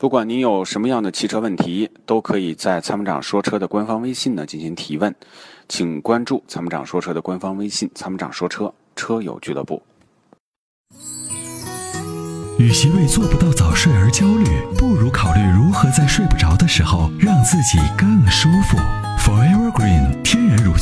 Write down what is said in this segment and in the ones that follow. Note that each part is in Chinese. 不管您有什么样的汽车问题，都可以在参谋长说车的官方微信呢进行提问，请关注参谋长说车的官方微信“参谋长说车车友俱乐部与其为做不到早睡而焦虑，不如考虑如何在睡不着的时候让自己更舒服。Forever Green 天然乳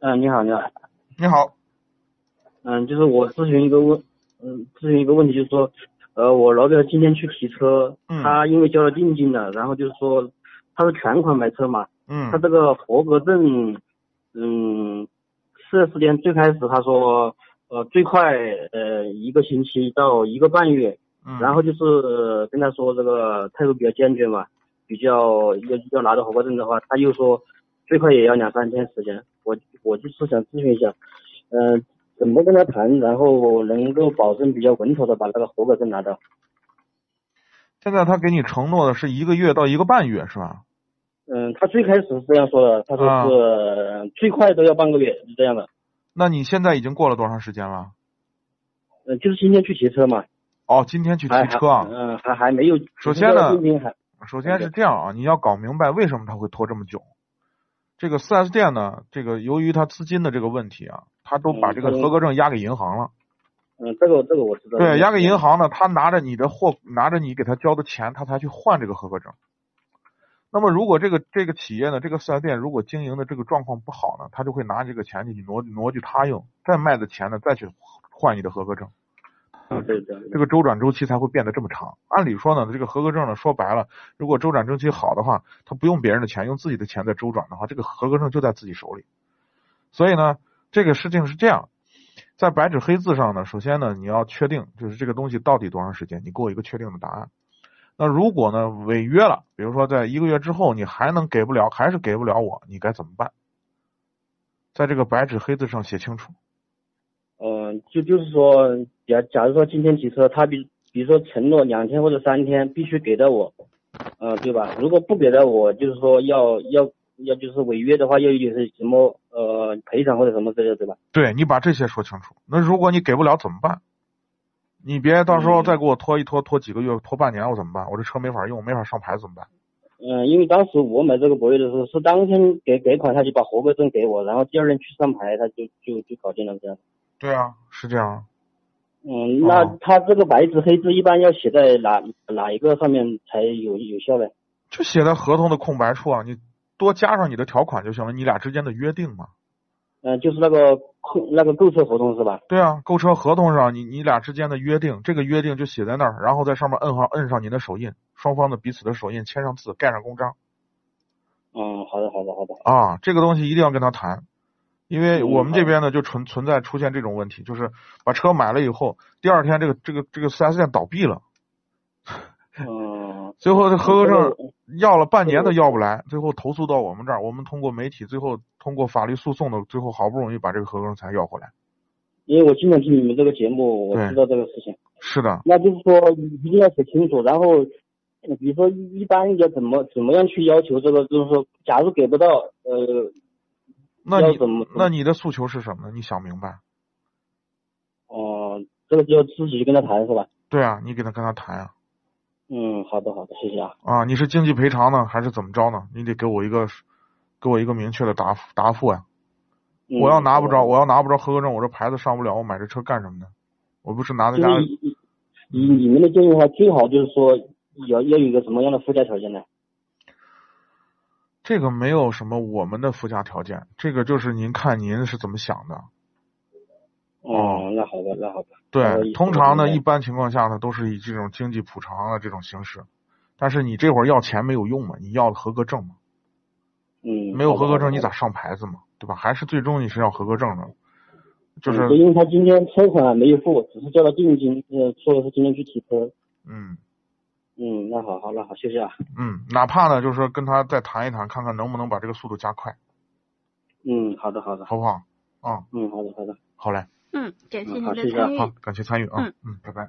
嗯，你好，你好，你好，嗯，就是我咨询一个问，嗯，咨询一个问题，就是说，呃，我老表今天去提车，嗯他因为交了定金了，然后就是说他是全款买车嘛，嗯他这个合格证，嗯，四 S 店最开始他说，呃，最快呃一个星期到一个半月，嗯，然后就是、呃跟他说这个态度比较坚决嘛，比较要要拿到合格证的话，他又说最快也要两三天时间。我我就是想咨询一下，嗯、怎么跟他谈，然后能够保证比较稳妥的把那个合格证拿到。现在他给你承诺的是一个月到一个半月是吧？嗯，他最开始是这样说的，他说啊是、呃最快都要半个月，是这样的。那你现在已经过了多长时间了？嗯、就是今天去骑车嘛，哦，今天去提还车啊还。嗯，还还没有。首先呢定金还首先是这样啊，你要搞明白为什么他会拖这么久。这个 4S 店呢，这个由于他资金的这个问题啊，他都把这个嗯合格证押给银行了。嗯，这个这个我知道。对，押给银。行呢，他拿着你的货，拿着你给他交的钱，他才去换这个合格证。那么，如果这个这个企业呢，这个四 S 店如果经营的这个状况不好呢，他就会拿这个钱去挪挪去他用，再卖的钱呢，再去换你的合格证。啊，对对。这个周转周期才会变得这么长。按理说呢，这个合格证呢，说白了，如果周转周期好的话，他不用别人的钱，用自己的钱在周转的话，这个合格证就在自己手里。所以呢，这个事情是这样，在白纸黑字上呢，首先呢，你要确定就是这个东西到底多长时间，你给我一个确定的答案。那如果呢违约了，比如说在一个月之后你还能给不了，还是给不了我，你该怎么办？在这个白纸黑字上写清楚。嗯，就就是说，假假如说今天提车，他比比如说承诺两天或者三天必须给到我，嗯、对吧？如果不给到我，就是说要要要就是违约的话，要有什么呃赔偿或者什么之类的，对吧？对你把这些说清楚。那如果你给不了怎么办？你别到时候嗯再给我拖一拖，拖几个月，拖半年，我怎么办？我这车没法用，没法上牌怎么办？嗯、因为当时我买这个博越的时候，是当天给给款，他就把合格证给我，然后第二天去上牌，他就就就搞定了这样。对啊，是这样。嗯，那哦他这个白纸黑字一般要写在哪哪一个上面才有有效呢？就写在合同的空白处啊，你多加上你的条款就行了，你俩之间的约定嘛。嗯、就是那个购那个购车合同是吧？对啊，购车合同上你你俩之间的约定，这个约定就写在那儿，然后在上面摁上摁上您的手印，双方的彼此的手印，签上字，盖上公章。嗯，好的，好的，好的。啊，这个东西一定要跟他谈，因为嗯我们这好边呢就存存在出现这种问题，就是把车买了以后，第二天这个这个这个四 S 店倒闭了，嗯。最后这合格这个证要了半年都这要不来，最后投诉到我们这儿，我们通过媒体，最后通过法律诉讼的，最后好不容易把这个合格证才要回来。因为我经常听你们这个节目，我对知道这个事情。是的，那就是说，一定要写清楚，然后，呃比如说一般要怎么怎么样去要求这个，就是说，假如给不到，呃，那要你怎么嗯那你的诉求是什么呢？你想明白？哦、这个就要自己去跟他谈是吧？对啊，你给他跟他谈啊嗯，好的好的，谢谢啊。啊，你是经济赔偿呢，还是怎么着呢？你得给我一个给我一个明确的答复答复啊呀、嗯我要拿不着，好的我要拿不着合格证，我这牌子上不了，我买这车干什么呢？我不是拿在就家是以以以你们的建议的话，最好就是说要要有一个什么样的附加条件呢？这个没有什么我们的附加条件，这个就是您看您是怎么想的。哦哦、那好吧，那好吧。哦我对，以通常我呢，明白一般情况下呢，都是以这种经济补偿啊的这种形式。但是你这会儿要钱没有用嘛，你要合格证嘛，嗯，没好有的合格证你？好的咋上牌子嘛，对吧？还是最终你是要合格证的，就是嗯因为他今天车款还没有付，只是交了定金，呃，说的是今天去提车。嗯，嗯，那好，好，那好，谢谢啊。嗯，哪怕呢，就是说跟他再谈一谈，看看能不能把这个速度加快，嗯，好的，好的，好不好？啊、嗯，好的，好的。好嘞，嗯，感谢嗯您好的谢谢啊参与。好，感谢参与啊，嗯嗯，拜拜。